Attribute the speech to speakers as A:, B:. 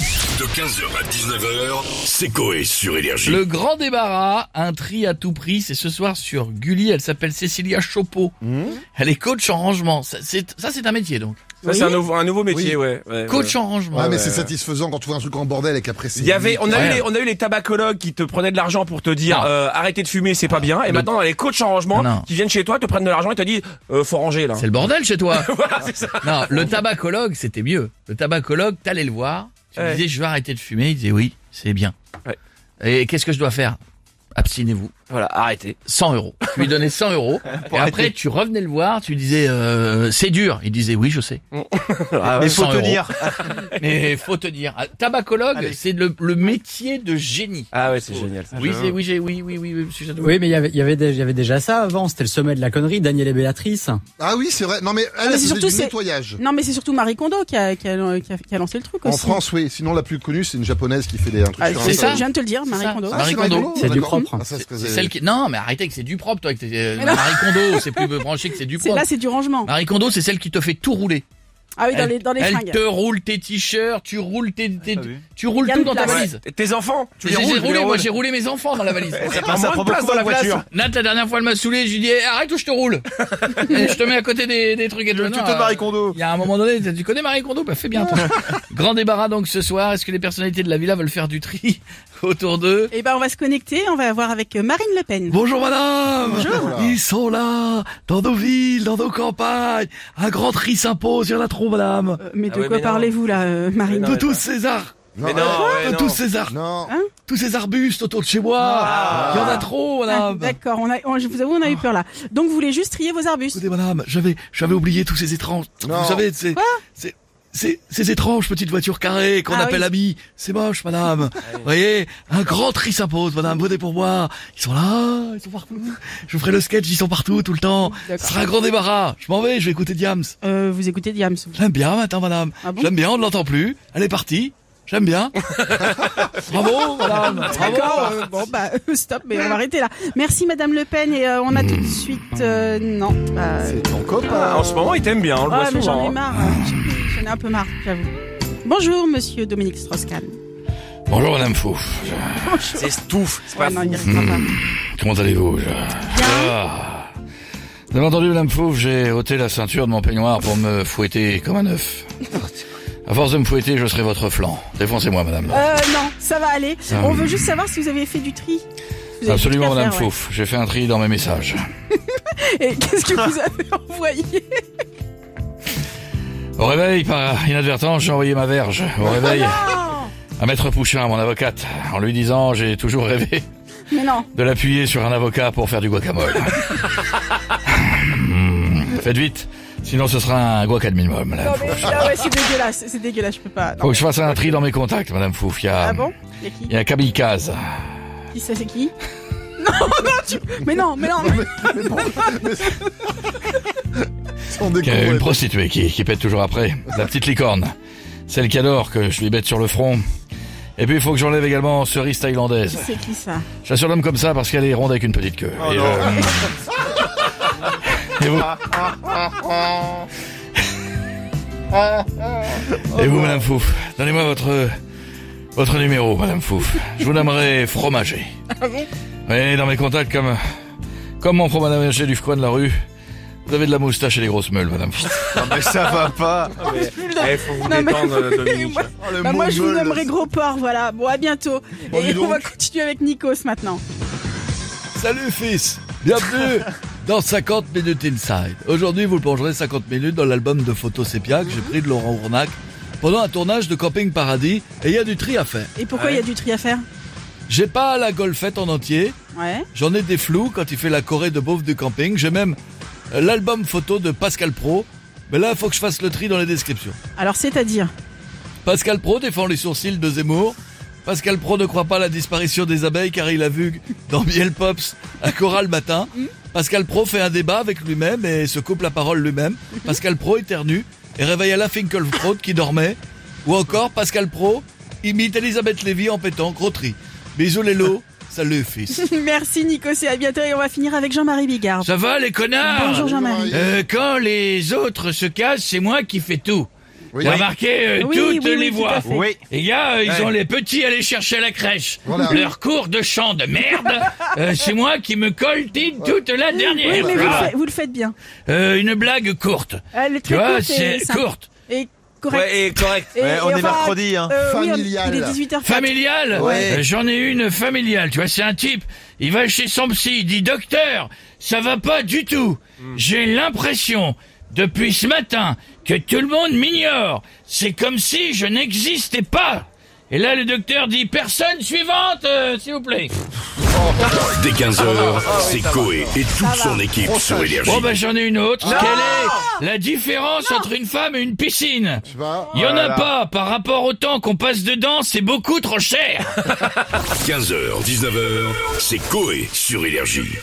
A: De 15h à 19h, c'est Coé sur Énergie.
B: Le grand débarras, un tri à tout prix, c'est ce soir sur Gulli, elle s'appelle Cécilia Chopeau. Elle est coach en rangement, ça c'est ça, c'est un métier donc.
C: Ça, c'est un nouveau, un nouveau métier, ouais. ouais,
B: Coach
C: Euh, ouais.
B: en rangement.
D: Ah, mais c'est satisfaisant quand tu trouves un truc en bordel et qu'après c'est.
C: Il y avait, on a,
B: Ouais.
C: eu les, on a eu les tabacologues qui te prenaient de l'argent pour te dire
B: Non.
C: euh, arrêtez de fumer, c'est pas bien. Et maintenant, on a les coachs en rangement
B: Non.
C: qui viennent chez toi, te prennent de l'argent et te disent euh, faut ranger là.
B: C'est le bordel chez toi.
C: Voilà, c'est ça.
B: non, le tabacologue, c'était mieux. Le tabacologue, t'allais le voir, tu lui
C: Ouais.
B: disais je vais arrêter de fumer, il disait oui, c'est bien.
C: Ouais.
B: Et qu'est-ce que je dois faire Abstinez-vous.
C: Voilà, arrêtez.
B: 100 euros. Tu lui donnais 100 euros. et après, tu revenais le voir, tu lui disais, euh, c'est dur. Il disait, oui, je sais.
C: Ah
B: mais faut te dire. mais faut te dire. Ah, Tabacologue, c'est le, le métier de génie.
C: Ah ouais, c'est génial. ça.
B: Oui, c'est- oui, j'ai- oui, oui, oui, oui, monsieur Jadot.
E: Oui, mais il y avait- il y avait dé- il y avait déjà ça avant. C'était le sommet de la connerie. Daniel et Béatrice.
D: Ah oui, c'est vrai. Non, mais elle,
F: mais
D: elle
F: c'est
D: faisait
F: surtout,
D: du
F: c'est-
D: nettoyage.
F: Non, mais c'est surtout Marie Kondo qui a, qui a- qui a- qui a lancé le truc
D: En
F: aussi.
D: France, oui. Sinon, la plus connue, c'est une japonaise qui fait des, un truc
F: Ah,
D: sur
B: c'est
F: je-
D: un sol.
B: ça
F: Je viens de te le dire,
B: C'est
F: Marie
B: ça.
F: Kondo.
B: Marie Kondo.
D: rigolo,
E: C'est du
D: d'accord.
E: propre.
D: Ah, ça,
B: C'est
D: c'est-
B: c'est celle qui. Non, mais arrêtez que c'est du propre, toi. Que t'es- euh, Marie Kondo, c'est plus branché que c'est du
F: C'est-
B: propre.
F: Là, c'est du rangement.
B: Marie Kondo, c'est celle qui te fait tout rouler.
F: Ah oui, dans
B: elle,
F: les, dans les
B: elle
F: fringues.
B: te roule tes t-shirts, tu roules tes,
C: Ah,
B: tes- tu roules
F: Y a
B: tout
F: une
B: dans ta
F: place.
B: valise.
C: Et Tes enfants, tu les
B: J'ai
C: roules,
B: j'ai
C: tu les
B: roulé, moi
C: roules. Ah,
B: j'ai roulé mes enfants dans la valise.
C: Ça prend moins de place dans la voiture.
B: Nat, la dernière fois, elle m'a saoulé, je lui ai dit, eh, arrête ou je te roule. Et je te mets à côté des, des trucs et de
G: tuto de Marie Kondo.
B: Il y a un moment donné, t'as dit, tu connais Marie Kondo, bah fais bien attention. Grand débarras donc ce soir, est-ce que les personnalités de la villa veulent faire du tri autour d'eux
F: Et ben, on va se connecter. On va voir avec euh, Marine Le Pen.
B: Bonjour madame Ils sont là, dans nos villes, dans nos campagnes. Un grand tri s'impose, il y en a trop madame.
F: Euh, mais de
C: Ah ouais,
F: quoi
C: mais non.
F: parlez-vous là, euh, Marine
C: Mais non.
B: De tous ces arbres,
C: Mais
D: Non,
C: non, ouais,
B: de
C: non.
B: tous ces arbres,
D: non.
B: tous ces arbustes autour de chez moi. Il y en a trop
F: Ah,
B: madame.
F: D'accord, on a, on- je vous avoue, on a eu peur là. Donc, vous voulez juste trier vos arbustes
B: Écoutez, madame, Oh, j'avais, j'avais oublié tous ces étranges.
D: Non.
B: Vous savez, c'est, c'est, c'est, ces étranges petites voitures carrées qu'on
F: Ah
B: appelle
F: oui.
B: amis. C'est moche, madame. Vous voyez, un grand tri s'impose, madame. Venez pour moi. Ils sont là, ils sont partout. Je vous ferai le sketch, ils sont partout, tout le temps. Ce
F: D'accord.
B: sera un grand débarras. Je m'en vais, je vais écouter Diams.
F: Euh, Vous écoutez Diams. vous.
B: J'aime bien maintenant, madame.
F: Ah bon
B: J'aime bien, on ne l'entend plus. Elle est partie. J'aime bien. Bravo, madame. Bravo.
F: D'accord, euh, bon bah euh, stop, mais on va arrêter là. Merci Madame Le Pen et euh, on a tout de suite. euh, non. bah,
D: C'est ton copain.
C: Ah, En ce moment, ils t'aiment bien, on le
F: ah,
C: voit
F: mais j'en
C: souvent.
F: ai
C: hein.
F: marre, euh, j'en ai un peu marre, j'avoue. Bonjour Monsieur Dominique Strauss-Kahn.
B: Bonjour, madame Fouf.
C: C'est stouf, c'est pas
F: Ouais, non, il restera pas.
B: Comment allez-vous?
F: Bien.
B: Ah. Vous avez entendu, Madame Fauve, j'ai ôté la ceinture de mon peignoir pour me fouetter comme un œuf. À force de me fouetter, je serai votre flanc. Défoncez-moi, Madame.
F: Euh, non, ça va aller.
B: Ah,
F: On
B: oui.
F: veut juste savoir si vous avez fait du tri. Vous avez
B: Absolument,
F: du tri à
B: Madame
F: faire, ouais.
B: Fauve. J'ai fait un tri dans mes messages.
F: Et qu'est-ce que vous avez envoyé
B: Au réveil, par inadvertance, j'ai envoyé ma verge. Au réveil,
F: Ah,
B: à Maître Pouchin, mon avocate, en lui disant, j'ai toujours rêvé
F: Mais non.
B: de l'appuyer sur un avocat pour faire du guacamole. Hmm. Faites vite, sinon ce sera un guac minimum,
F: Non
B: Madame
F: mais
B: Fauve.
F: là, ouais, c'est dégueulasse, c'est dégueulasse, je peux pas. non.
B: Faut que je fasse un tri dans mes contacts, Madame Fouf. Il y a,
F: Ah bon Ah Il y a qui
B: il y a Kamikaze.
F: Qui ça c'est qui Non, non, tu... mais non, mais non. mais-
D: On Oh,
B: Il y a
D: découvre.
B: une prostituée qui, qui pète toujours après. La petite licorne. Celle qui adore que je lui bête sur le front. Et puis il faut que j'enlève également cerise thaïlandaise.
F: C'est qui ça
B: Je la surnomme comme ça parce qu'elle est ronde avec une petite queue. Et, je- Et vous Et vous, Madame Fouf Donnez-moi votre votre numéro, Madame Fouf. Je vous nommerai fromager. Oui, dans mes contacts, comme comme mon fromager du coin de la rue, vous avez de la moustache et des grosses meules, Madame Fouf.
G: Non, mais ça va pas.
C: Eh, faut vous
F: Non, mais-
C: détendre, euh, Dominique.
F: Moi,
D: Oh, le
F: bah, moi, je vous
D: mongol.
F: nommerai Gros Port, voilà. Bon, à bientôt.
D: Bon, dis
F: Et on
D: donc.
F: va continuer avec Nikos maintenant.
B: Salut fils, bienvenue dans 50 minutes inside. Aujourd'hui, vous plongerez 50 minutes dans l'album de photos sépia que j'ai pris de Laurent Ournac pendant un tournage de Camping Paradis et il y a du tri à faire.
F: Et pourquoi il y a du tri à faire
B: J'ai pas la golfette en entier,
F: Ouais.
B: j'en ai des flous quand il fait la Corée de Beauf du camping, j'ai même euh, l'album photo de Pascal Pro, mais là, faut que je fasse le tri dans les descriptions.
F: Alors, c'est-à-dire
B: Pascal Pro défend les sourcils de Zemmour. Pascal Pro ne croit pas à la disparition des abeilles car il a vu dans Biel Pops à Cora le matin. Pascal Pro fait un débat avec lui-même et se coupe la parole lui-même. Pascal Pro éternue et réveille à la Finkelkraut qui dormait. Ou encore Pascal Pro imite Elisabeth Lévy en pétant gros tri. Bisous les lots, salut fils.
F: Merci Nikos et à bientôt. Et on va finir avec Jean-Marie Bigard.
B: Ça va les connards
F: Bonjour Jean-Marie.
B: Euh, quand les autres se cassent, c'est moi qui fais tout.
D: Oui.
B: Remarquez euh, toutes
F: Oui, oui, oui,
B: les
F: tout
B: voix.
F: à fait.
C: Oui.
B: Les gars, euh, ils
C: Ouais.
B: ont les petits à aller chercher à la crèche.
D: Voilà.
B: Leur cours de chant de merde, euh, c'est moi qui me coltine toute la dernière.
F: Oui, mais vous le,
B: Ah.
F: faites, vous le faites bien.
B: Euh, une blague courte.
F: Euh, le
B: Tu
F: très
B: vois,
F: court et
B: c'est
F: simple.
B: courte.
F: Et correct.
C: Ouais, et correct.
F: Et-
C: Ouais,
F: et
C: on est
F: enfin,
C: mercredi, hein.
F: euh, oui, on-
D: Familial.
F: Il est 18h04.
B: Familiale
D: Ouais.
B: Euh, J'en ai une familiale, tu vois, c'est un type, il va chez son psy, il dit Docteur, ça va pas du tout. J'ai l'impression, depuis ce matin, que tout le monde m'ignore. C'est comme si je n'existais pas. Et là, le docteur dit Personne suivante, euh, s'il vous plaît. Ah,
A: Dès 15h, c'est Coé et toute son équipe sur Énergie.
B: Bon, ben j'en ai une autre. Quelle est la différence entre une femme et une piscine
D: Tu vois
B: Il y en a pas. Par rapport au temps qu'on passe dedans, c'est beaucoup trop cher.
A: 15h, 19h, c'est Coé sur Énergie.